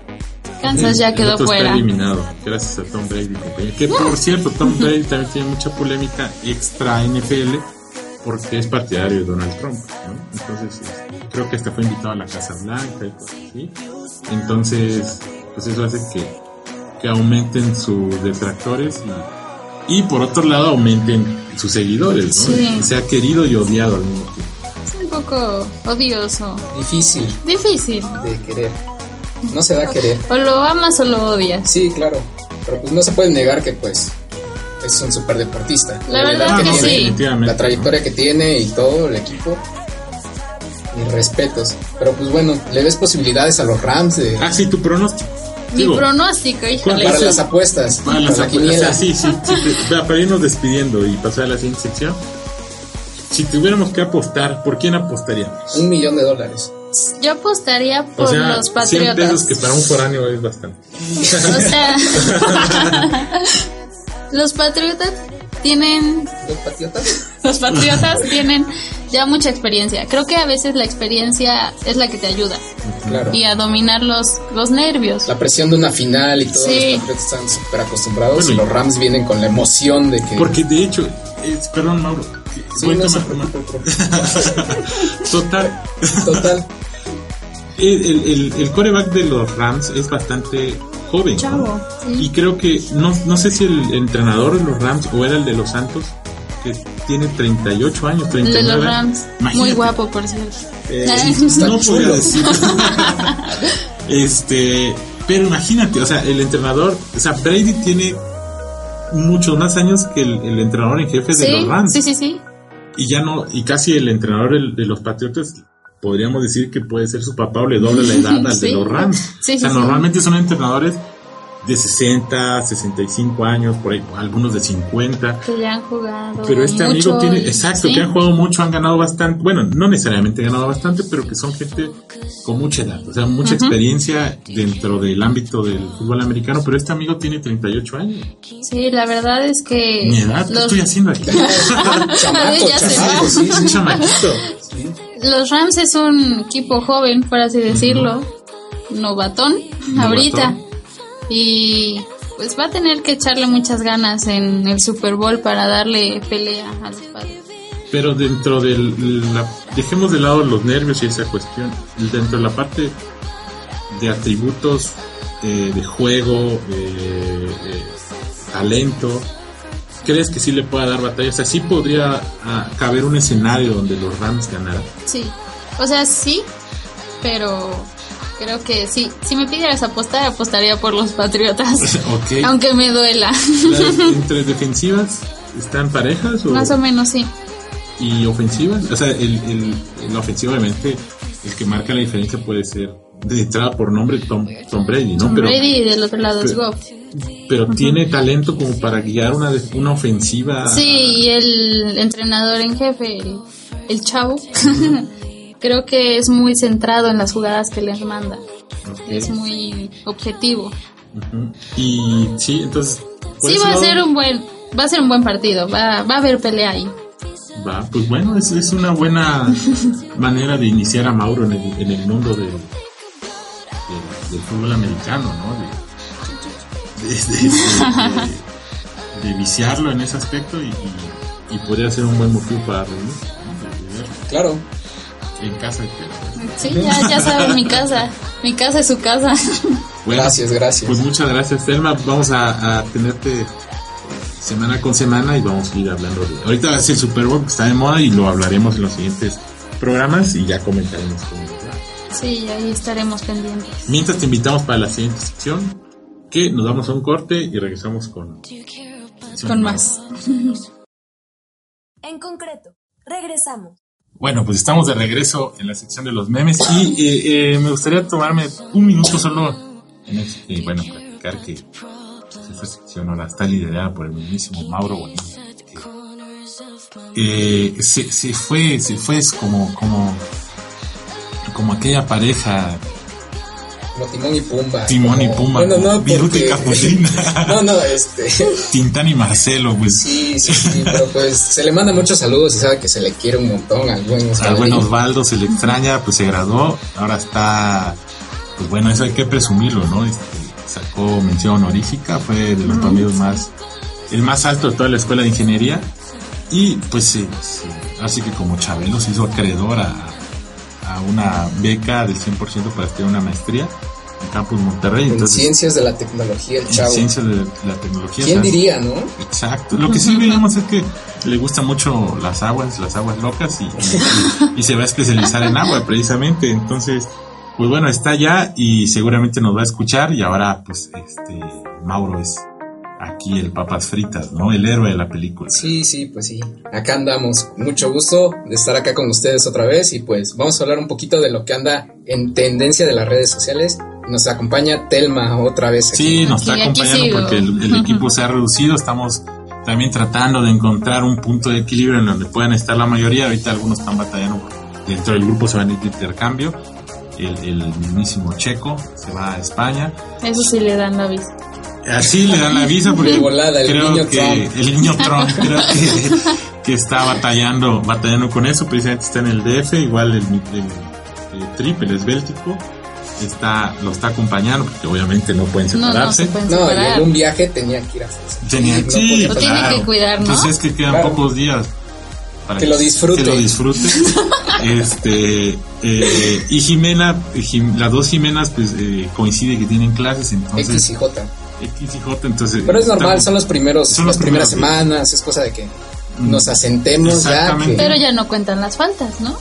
Kansas el- ya el quedó otro fuera. está eliminado, gracias a Tom Brady. y compañía. Que por cierto, Tom Brady también tiene mucha polémica extra NFL porque es partidario de Donald Trump, ¿no? Entonces, este, creo que hasta fue invitado a la Casa Blanca y cosas así. Entonces, pues eso hace que, que aumenten sus detractores y y por otro lado aumenten sus seguidores, ¿no? Sí. Que Sea querido y odiado al mismo tiempo. Es un poco odioso. Difícil Difícil. de querer. No se da a querer. O lo amas o lo odias. Sí, claro. Pero pues no se puede negar que pues es un superdeportista. La verdad Ah, que no, sí. definitivamente. La trayectoria que tiene y todo el equipo. Mis respetos. Pero pues bueno, le ves posibilidades a los Rams de, Ah, sí, tu pronóstico. Mi Digo, pronóstico, híjole. para sí. las apuestas. para las la apuestas. quiniela. Ah, sí, sí, sí, te- para para irnos despidiendo y pasar a la siguiente sección. Si tuviéramos que apostar, ¿por quién apostaríamos? Un millón de dólares. Yo apostaría O por sea, los 100 patriotas. pesos que para un foráneo es bastante. O sea, los patriotas tienen ¿Dos patriotas? los patriotas tienen ya mucha experiencia. Creo que a veces la experiencia es la que te ayuda Claro. y a dominar los los nervios. La presión de una final y todos Sí. los patriotas están súper acostumbrados Bueno, y y- los Rams vienen con la emoción de que... Porque de hecho, es- perdón Mauro, que- Sí, buen no se tema, preocupe, profe. ma- Total, Total. el, el, el- el coreback de los Rams es bastante joven. ¿no? Y creo que, no, no sé si el entrenador de los Rams o era el de los Santos, que tiene 38 años, El 39 de los Rams, muy Imagínate. guapo por cierto. Eh, Está no chulo. podría decir. este, pero imagínate, o sea, el entrenador, o sea, Brady tiene muchos más años que el, el entrenador en jefe de Sí, los Rams. sí, sí, sí. Y ya no, y casi el entrenador del- de los Patriotas, podríamos decir que puede ser su papá o le doble la edad al Sí. de los Rams. Sí, o sea, sí, sí. normalmente son entrenadores de 60, 65 años, por ahí, algunos de 50. Que ya han jugado. Pero este amigo mucho tiene, y- exacto, sí. que han jugado mucho, han ganado bastante, bueno, no necesariamente han ganado bastante, pero que son gente con mucha edad, o sea, mucha Ujú. experiencia dentro del ámbito del fútbol americano, pero este amigo tiene 38 años. Sí, la verdad es que Mi edad, ¿qué los, estoy haciendo aquí? Chamaco, Ya se chamaco, va. sí, Es un sí. chamaquito. los Rams es un equipo joven, por así decirlo, novatón, ahorita. Y pues va a tener que echarle muchas ganas en el Super Bowl para darle pelea a los padres. Pero dentro del, la- dejemos de lado los nervios y esa cuestión, dentro de la parte de atributos eh, de juego, eh, eh, talento, ¿crees que sí le pueda dar batalla? O sea, sí podría ah, caber un escenario donde los Rams ganaran. Sí, o sea, sí, pero creo que sí. Si me pidieras apostar, apostaría por los Patriotas, ok. aunque me duela. Las- ¿Entre defensivas están parejas o, Más o menos sí. y ofensivas? O sea, el, el- la ofensiva obviamente el que marca la diferencia puede ser de entrada por nombre Tom, Tom Brady, ¿no? Tom Pero- Brady y del otro lado es pero- Goff. pero tiene talento como para guiar una, de- una ofensiva. Sí, Ah. y el entrenador en jefe, el, el chavo, creo que es muy centrado en las jugadas que les manda. Ok. Es muy objetivo. Ujú. Y sí, entonces. por Sí Pues ese va a lado, ser un buen, va a ser un buen partido, va, va a haber pelea ahí. Va, pues bueno, es, es una buena manera de iniciar a Mauro en el, en el mundo del, del, del fútbol americano, ¿no? De, de- de- de- de- de viciarlo en ese aspecto y, y, y podría ser un buen motivo para reunirnos, ¿no? De verlo Claro. en casa. pero- Sí, ya, ya saben mi casa, mi casa es su casa. Bueno, Gracias, gracias. Pues muchas gracias, Telma. Vamos a, a tenerte semana con semana y vamos a ir hablando de. Ahorita es el Super Bowl que está de moda y lo hablaremos en los siguientes programas y ya comentaremos cómo está. Sí, ahí estaremos pendientes. Mientras te invitamos para la siguiente sección, que nos damos un corte y regresamos con. Con más. En concreto, regresamos. Bueno, pues estamos de regreso en la sección de los memes y eh, eh, me gustaría tomarme un minuto solo en este, bueno, platicar que pues, esta sección ahora está liderada por el mismísimo Mauro Bonilla, que, eh, se, se fue, se fue es como, como, como aquella pareja Como Timón y Pumba. Timón y como- Pumba, Bueno, no, como Viruta y porque- Capullina. no, no, este. Tintán y Marcelo, pues Sí, sí, sí, pero pues se le manda muchos saludos y sabe que se le quiere un montón al buen Pues, al Oscar buen Lee. Osvaldo se le extraña, pues se graduó, ahora está, pues bueno, eso hay que presumirlo, ¿no? Este, sacó mención honorífica, fue de los promedios más, el más alto de toda la escuela de ingeniería, y pues sí, sí, así que como Chabelo se hizo acreedor a, a una beca del 100% para estudiar una maestría, el campus Monterrey. En Entonces, ciencias de la tecnología, el en chavo. ciencias de la tecnología. ¿Quién o sea, diría, no? Exacto. Lo que sí veíamos es que le gusta mucho las aguas, las aguas locas y, y- y se va a especializar en agua precisamente. Entonces, pues bueno, está allá y seguramente nos va a escuchar y ahora pues este Mauro es aquí el papas fritas, ¿no? El héroe de la película. Sí, sí, pues sí. Acá andamos. Mucho gusto de estar acá con ustedes otra vez y pues vamos a hablar un poquito de lo que anda en tendencia de las redes sociales. Nos acompaña Telma otra vez aquí. Sí, nos está Aquí- aquí acompañando sigo. porque el, el equipo se ha reducido. Estamos también tratando de encontrar un punto de equilibrio en donde puedan estar la mayoría. Ahorita algunos están batallando. porque Dentro del grupo se van a ir de intercambio. El, el mismísimo Checo se va a España. Eso sí le dan la vista. Así le dan la visa porque De volada, el creo niño que Trump. el niño Trump creo que, que está batallando, batallando con eso. Precisamente está en el DF, igual el, el- el trip, el esbéltico, está, lo está acompañando porque obviamente no pueden No, no separarse. se pueden No, y separar. en un viaje tenía que ir a Francia. Tenía- No sí, podía Lo tiene claro. que cuidar, ¿no? Entonces es que quedan Claro. pocos días para Que lo disfrute. que lo disfrute. este eh, y Jimena, Jim- las dos Jimenas pues eh, coincide que tienen clases, X entonces y J. X y J, entonces Pero es normal, estamos- son los primeros, Son los las primeras primeros Mm. semanas, es cosa de que nos asentemos ya. Exactamente. que- Pero ya no cuentan las faltas, ¿no?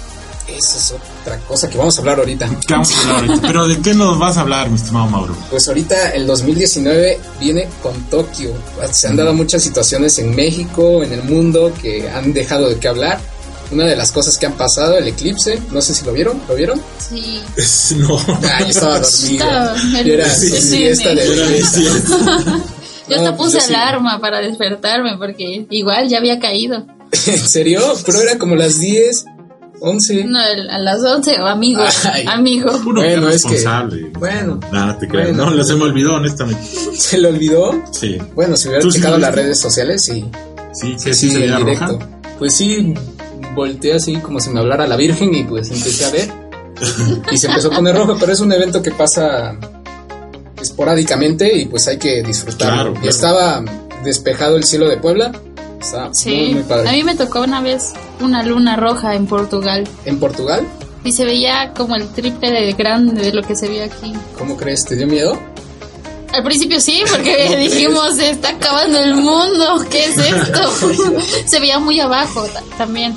Esa es otra cosa que vamos a hablar ahorita. ¿Qué vamos a hablar ahorita? Pero ¿de qué nos vas a hablar, mi estimado Mauro? Pues ahorita el 2019 viene con Tokio. Se han dado muchas situaciones en México, en el mundo, que han dejado de qué hablar. Una de las cosas que han pasado, el eclipse, no sé si lo vieron, ¿lo vieron? Sí. No. Ah, yo estaba dormido. Estaba en Yo era el cine. esta de Yo No, hasta pues puse yo sí. alarma para despertarme porque igual ya había caído. ¿En serio? Pero era como las 10, 11. No, el- a las 11, o amigo, Ay. amigo. Uno Bueno, que es es que- responsable. bueno. Nada, te creas. Bueno. No, lo se me olvidó, honestamente. ¿Se le olvidó? Sí. Bueno, si hubiera ¿Tú sí checado lo las viste? redes sociales, sí. Sí, que sí, sería en roja. Pues sí, volteé así como si me hablara la Virgen y pues empecé a ver. y se empezó a poner rojo, pero es un evento que pasa esporádicamente y pues hay que disfrutarlo. Claro, Y claro. estaba despejado el cielo de Puebla. Estaba muy, Sí. muy padre. A mí me tocó una vez una luna roja en Portugal En Portugal, y se veía como el triple de grande de lo que se veía aquí. ¿cómo crees? ¿Te dio miedo? Al principio sí, porque dijimos, se está acabando el mundo, ¿qué es esto? se veía muy abajo ta- también.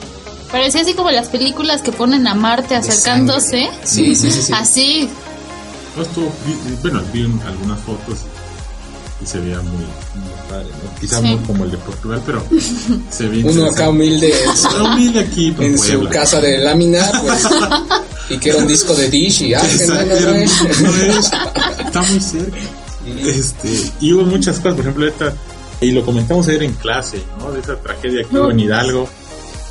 Parecía así como las películas que ponen a Marte De acercándose. sangre. Sí, sí, sí. sí. Así, No estuvo- vi- bueno, vi en algunas fotos y se veía muy, muy padre, ¿no? Quizás Sí. muy como el de Portugal, pero se veía Uno acá humilde en Está humilde aquí, su- en su casa. casa de lámina, pues, y que era un disco de Dish y ah, que no, no, no, eh. Está muy cerca. Y- Este, y hubo muchas cosas, por ejemplo, esta, y lo comentamos ayer en clase, ¿no? De esa tragedia que hubo en Hidalgo.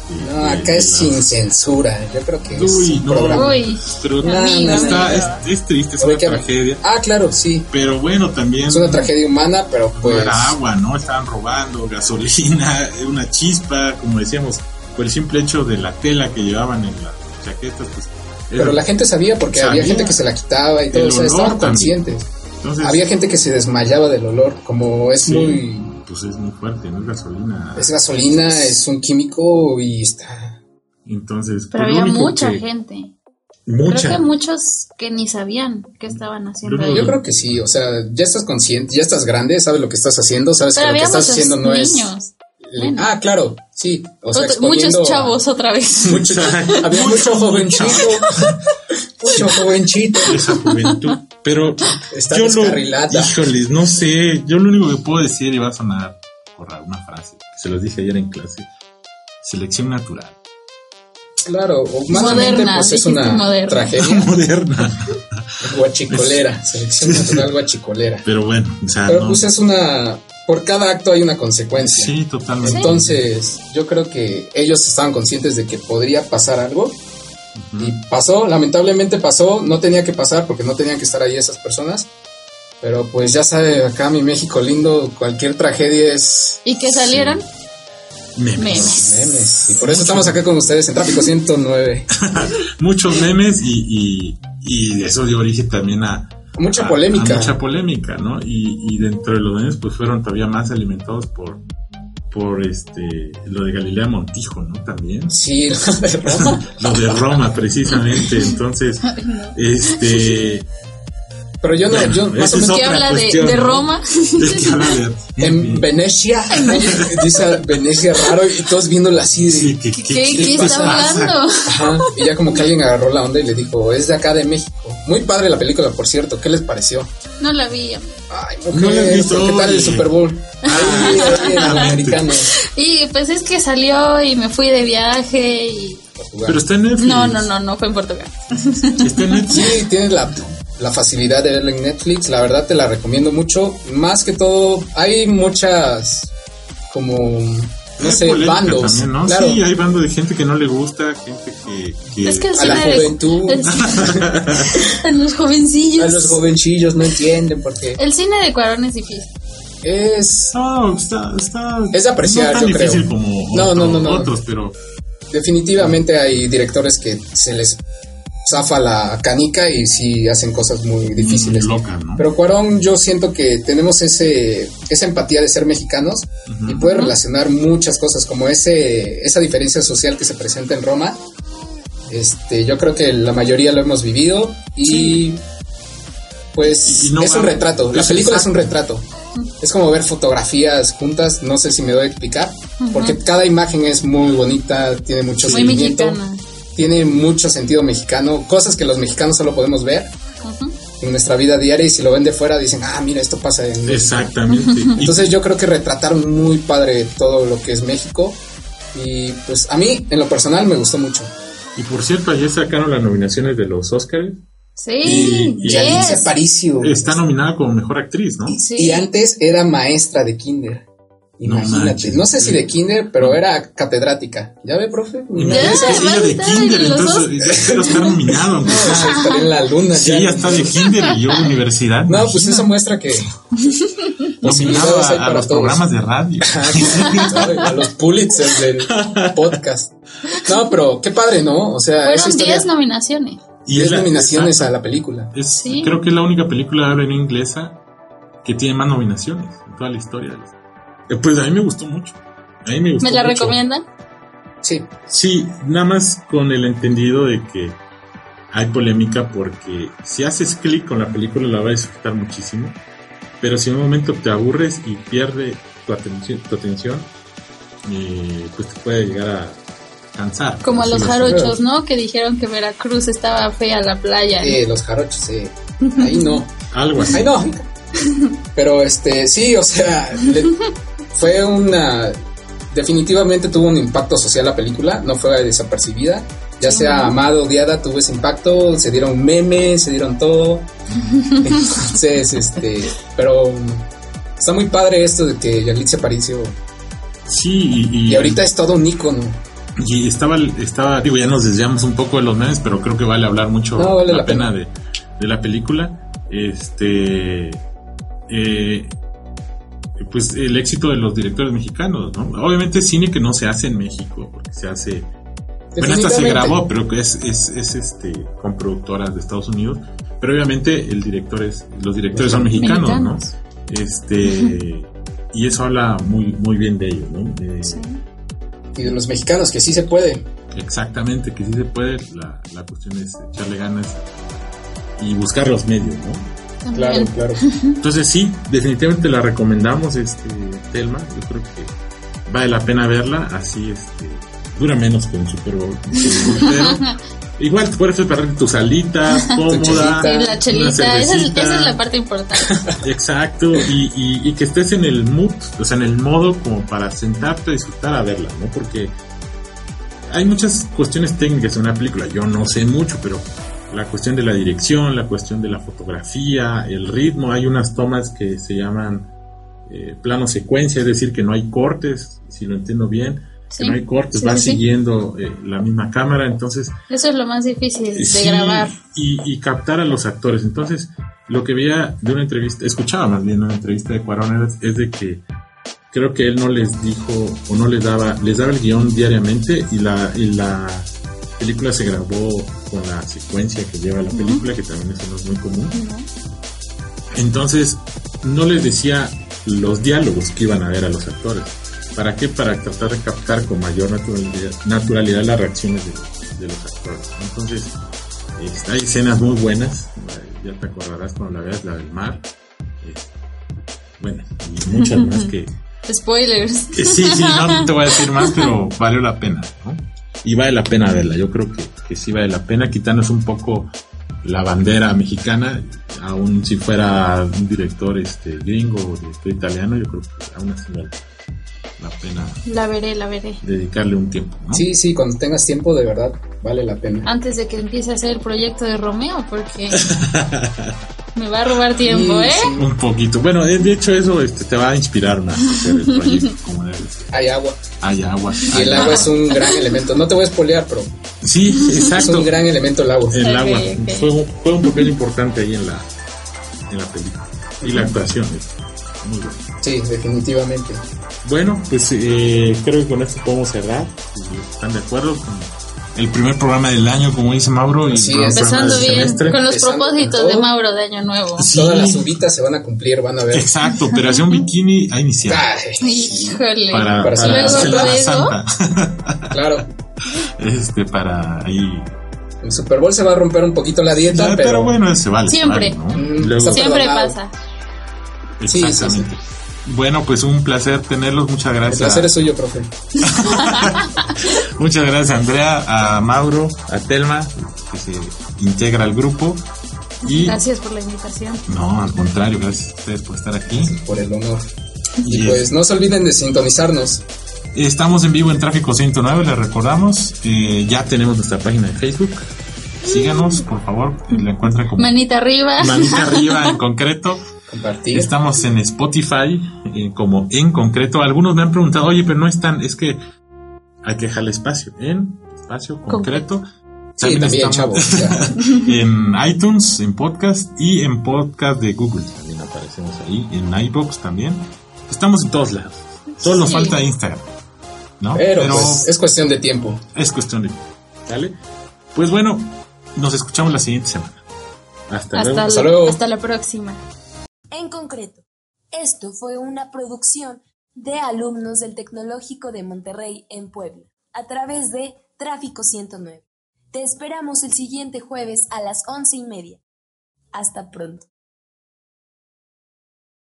Y- No, y- acá y es la- Ah, sin censura. Yo creo que es Uy, un no. programa. uy. Pero No, no, está, no. es, es triste, es Oye, una que- tragedia. Ah, claro, sí. Pero bueno, también. Es una tragedia humana, pero no pues. era agua, ¿no? Estaban robando gasolina, una chispa, como decíamos, por el simple hecho de la tela que llevaban en las chaquetas, pues. era- Pero la gente sabía porque Sabía. había gente que se la quitaba y todo. El O sea, estaban olor también. conscientes. entonces, Había gente que se desmayaba del olor. Como es sí, muy. Pues es muy fuerte, ¿no? Es gasolina. Es gasolina, es un químico y está. Entonces, Pero pues, lo había único mucha que- gente. Mucha. Creo que muchos que ni sabían qué estaban haciendo Yo ahí. Yo creo que sí. O sea, ya estás consciente, ya estás grande, sabes lo que estás haciendo, sabes Pero que lo había que estás muchos haciendo no es. niños. Bueno. Ah, claro, sí. O sea, Otro- exponiendo a- muchos chavos otra vez. Mucha. Había mucho jovenchito. mucho jovenchito. esa juventud. Pero Está yo descarrilada. lo, híjoles, no sé. Yo lo único que puedo decir y va a sonar por una frase. que Se los dije ayer en clase. Selección natural. Claro, o más Moderna, o menos pues es dijiste una moderna. tragedia Moderna. guachicolera, selección natural guachicolera. Pero bueno, o sea, Pero no- pues es una por cada acto hay una consecuencia. sí, totalmente. Entonces, yo creo que ellos estaban conscientes de que podría pasar algo Ujú. y pasó, lamentablemente pasó, no tenía que pasar porque no tenían que estar ahí esas personas. Pero pues ya sabe, acá mi México lindo, cualquier tragedia es Y que salieron Memes. memes. memes. Y por eso estamos acá con ustedes en Tráfico 109. Muchos memes y, y, y eso dio origen también a. Mucha a- a polémica. Ah, mucha polémica, ¿no? Y, y dentro de los memes, pues fueron todavía más alimentados por por este lo de Galilea Montijo, ¿no? También. Sí, la verdad. lo de Roma precisamente entonces este Pero yo no, Bueno, yo esa más o es menos que otra habla de- cuestión, de ¿no? Roma. Es que habla de- en Venecia, dice Venecia raro y todos viéndola así. de- Sí, que- que- ¿Qué, que- qué que- está hablando? Ajá, y ya como que alguien agarró la onda y le dijo, es de acá de México. Muy padre la película, por cierto, ¿qué les pareció? No la vi. ya. Ay, No la he mujer, visto, ¿pero ¿qué tal el oye. Super Bowl? Ay, oye, los americanos. Y pues es que salió y me fui de viaje y... Pero está en Netflix. No, no, no, no fue en Portugal. Está en Netflix. Sí, tienes la, la facilidad de verla en Netflix, la verdad te la recomiendo mucho. Más que todo, hay muchas como, no Hay sé, polémica bandos. también, ¿no? Claro, Sí, hay bando de gente que no le gusta, gente que. que- Es que el a la cine de- Uh. juventud. el- a los a los jovencillos. jovencillos no entienden porque El cine de Cuarón es difícil. es No, está, está. Es de apreciar, No tan yo difícil creo. como No, no, no, no. otros, pero. Definitivamente hay directores que se les zafa la canica y sí hacen cosas muy difíciles. Loca, ¿no? Pero Cuarón, yo siento que tenemos ese, esa empatía de ser mexicanos y Ujú. puede relacionar muchas cosas, como ese, esa diferencia social que se presenta en Roma. Este, yo creo que la mayoría lo hemos vivido y pues Y- y no es un va- retrato. La es película es exacto. un retrato. Es como ver fotografías juntas, no sé si me doy a explicar, porque cada imagen es muy bonita, tiene mucho Muy sentimiento, mexicana. tiene mucho sentido mexicano, cosas que los mexicanos solo podemos ver Ujú. en nuestra vida diaria y si lo ven de fuera dicen, ah, mira, esto pasa en... Exactamente. Y- Entonces yo creo que retrataron muy padre todo lo que es México y pues a mí en lo personal me gustó mucho. y, por cierto, ayer sacaron las nominaciones de los Oscars. Sí, Y- y yes. Y Alicia Paricio. Está nominada como mejor actriz, ¿no? Sí. Y antes era maestra de kinder. No Imagínate, no, manches. Mm. sé si de kinder, pero era catedrática. ¿Ya ve, profe? Ni me Ya, Es que si ella va a de estar Kinder, en los entonces ya quiero estar nominado. aunque sea. acuerdo, estaré en la luna. Si ya. ella está de Kinder y yo de universidad. No, imagínate. pues eso muestra que nominado posibilidades hay a, a para los todos. programas de radio. ¿sabe? a los Pulitzer del podcast. No, pero qué padre, ¿no? O sea, esa Fueron 10 historia. nominaciones. Y es 10 la- nominaciones exacto. a la película. Es- Sí. Creo que es la única película de habla no inglesa que tiene más nominaciones en toda la historia. Eh, Pues a mí me gustó mucho. A mí me gustó ¿Me la mucho. recomiendan? Sí, Sí, nada más con el entendido de que hay polémica porque si haces clic con la película la vas a disfrutar muchísimo, pero si en un momento te aburres y pierde tu atención, tu atención eh, pues te puede llegar a cansar. Como a Así los lo- jarochos, ¿no? Que dijeron que Veracruz estaba fea la playa. eh, los jarochos, sí. Ahí no. Algo así. Ay, no. Pero este, sí, o sea, le- fue una. Definitivamente tuvo un impacto social la película, no fue desapercibida. Ya sea amada, odiada, tuvo ese impacto, se dieron memes, se dieron todo. Entonces, este, pero um, está muy padre esto de que Yalitza Aparicio. Sí, y, y- Y ahorita es todo un ícono. y estaba, estaba, digo, ya nos desviamos un poco de los memes, pero creo que vale hablar mucho No, vale la, la pena, pena. De, de la película. Este, eh, pues el éxito de los directores mexicanos, ¿no? Obviamente es cine que no se hace en México, porque se hace, bueno, esta se Definitivamente. grabó, pero que es, es, es este, con productoras de Estados Unidos, pero obviamente el director es, los directores son mexicanos, Mexicanos. ¿no? Este, y eso habla muy, muy bien de ellos, ¿no? Eh, Sí. Y de los mexicanos, que sí se puede. Exactamente, que sí se puede. La, la cuestión es echarle ganas y buscar los medios, ¿no? Claro, También. claro. Entonces sí, definitivamente la recomendamos, este, Telma. Yo creo que vale la pena verla. Así, este, dura menos que un Super Bowl. pero igual te puedes preparar tus alitas, cómoda. chelita. Sí, la una chelita, esa es, cervecita. esa es la parte importante. Exacto, y, y- y que estés en el mood, o sea, en el modo como para sentarte a disfrutar a verla, ¿no? Porque hay muchas cuestiones técnicas en una película, yo no sé mucho, pero la cuestión de la dirección, la cuestión de la fotografía, el ritmo, hay unas tomas que se llaman eh, plano secuencia, es decir, que no hay cortes, si lo entiendo bien, Sí, que no hay cortes, sí, va sí, sí. siguiendo eh, la misma cámara, entonces Eso es lo más difícil de Sí, grabar. Y, y captar a los actores. Entonces, lo que veía de una entrevista, escuchaba más bien una entrevista de Cuarón, era- es de que creo que él no les dijo o no les daba, les daba el guión diariamente y la, y la película se grabó con la secuencia que lleva la película, que también eso no es muy común. Entonces, no les decía los diálogos que iban a ver a los actores. ¿Para qué? Para tratar de captar con mayor naturalidad, naturalidad las reacciones de, de los actores. Entonces, Este, hay escenas muy buenas, ya te acordarás cuando la veas, la del mar. Este, bueno, y muchas más que, Spoilers. que sí, sí, no te voy a decir más, pero valió la pena, ¿no? Y vale la pena verla, yo creo que, que sí vale la pena, quitarnos un poco la bandera mexicana, aún si fuera un director este gringo o director italiano, yo creo que aún así vale la pena La veré, la veré. dedicarle un tiempo, ¿no? Sí, sí, cuando tengas tiempo, de verdad, vale la pena. Antes de que empiece a hacer el proyecto de Romeo, porque me va a robar tiempo, Sí, ¿eh? sí. Un poquito. Bueno, eh, de hecho eso este, te va a inspirar más a hacer el proyecto como debe ser. Hay agua. Hay agua. Y el hay agua es un gran elemento. No te voy a espolear, pero Sí, es exacto. un gran elemento el agua. El Ok, agua. ok. Fue, un, fue un papel importante ahí en la, en la película. Y la actuación. es Muy bueno. Sí, definitivamente. Bueno, pues eh, creo que con esto podemos cerrar. Si ¿Están de acuerdo? Con el primer programa del año, como dice Mauro, y el Así primer es. programa Empezando del bien, semestre. Oh. con los Empezando propósitos con de todo. Mauro de Año Nuevo. Sí. Todas las ubitas se van a cumplir, van a ver. Exacto, operación bikini a iniciar. Ay, Híjole. Para, Para para Semana Semana Santa. Santa. claro. este, para ahí El Super Bowl se va a romper un poquito la dieta, Ya, pero, pero, bueno, se vale. se Siempre. vale, ¿no? Mm, Luego- está Siempre perdonado. pasa. sí, sí. Exactamente. Bueno, pues un placer tenerlos. Muchas el gracias. placer es suyo, profe. Muchas gracias, Andrea, a Mauro, a Telma, que se integra al grupo. Y Gracias por la invitación. no, al contrario, gracias a ustedes por estar aquí. Por el honor. Y, eh, Y pues no se olviden de sintonizarnos. Estamos en vivo en Tráfico 109, les recordamos. eh, ya tenemos nuestra página de Facebook. Síganos, por favor. La encuentran como Manita arriba. Manita Arriba en concreto. Compartir. Estamos en Spotify, eh, como en concreto. Algunos me han preguntado, oye, pero no están, es que hay que dejarle espacio. En espacio concreto. sí, también, estamos chavos. ya. en iTunes, en podcast y en podcast de Google. También aparecemos ahí, en iBox también. Estamos en todos lados. Solo nos Sí. falta Instagram. ¿no? Pero, pues, es cuestión de tiempo. es cuestión de. ¿Sale? Pues bueno, nos escuchamos la siguiente semana. Hasta, luego. Hasta, Hasta la- luego. hasta la próxima. En concreto, esto fue una producción de alumnos del Tecnológico de Monterrey en Puebla, a través de Tráfico 109. Te esperamos el siguiente jueves a las once y media. Hasta pronto.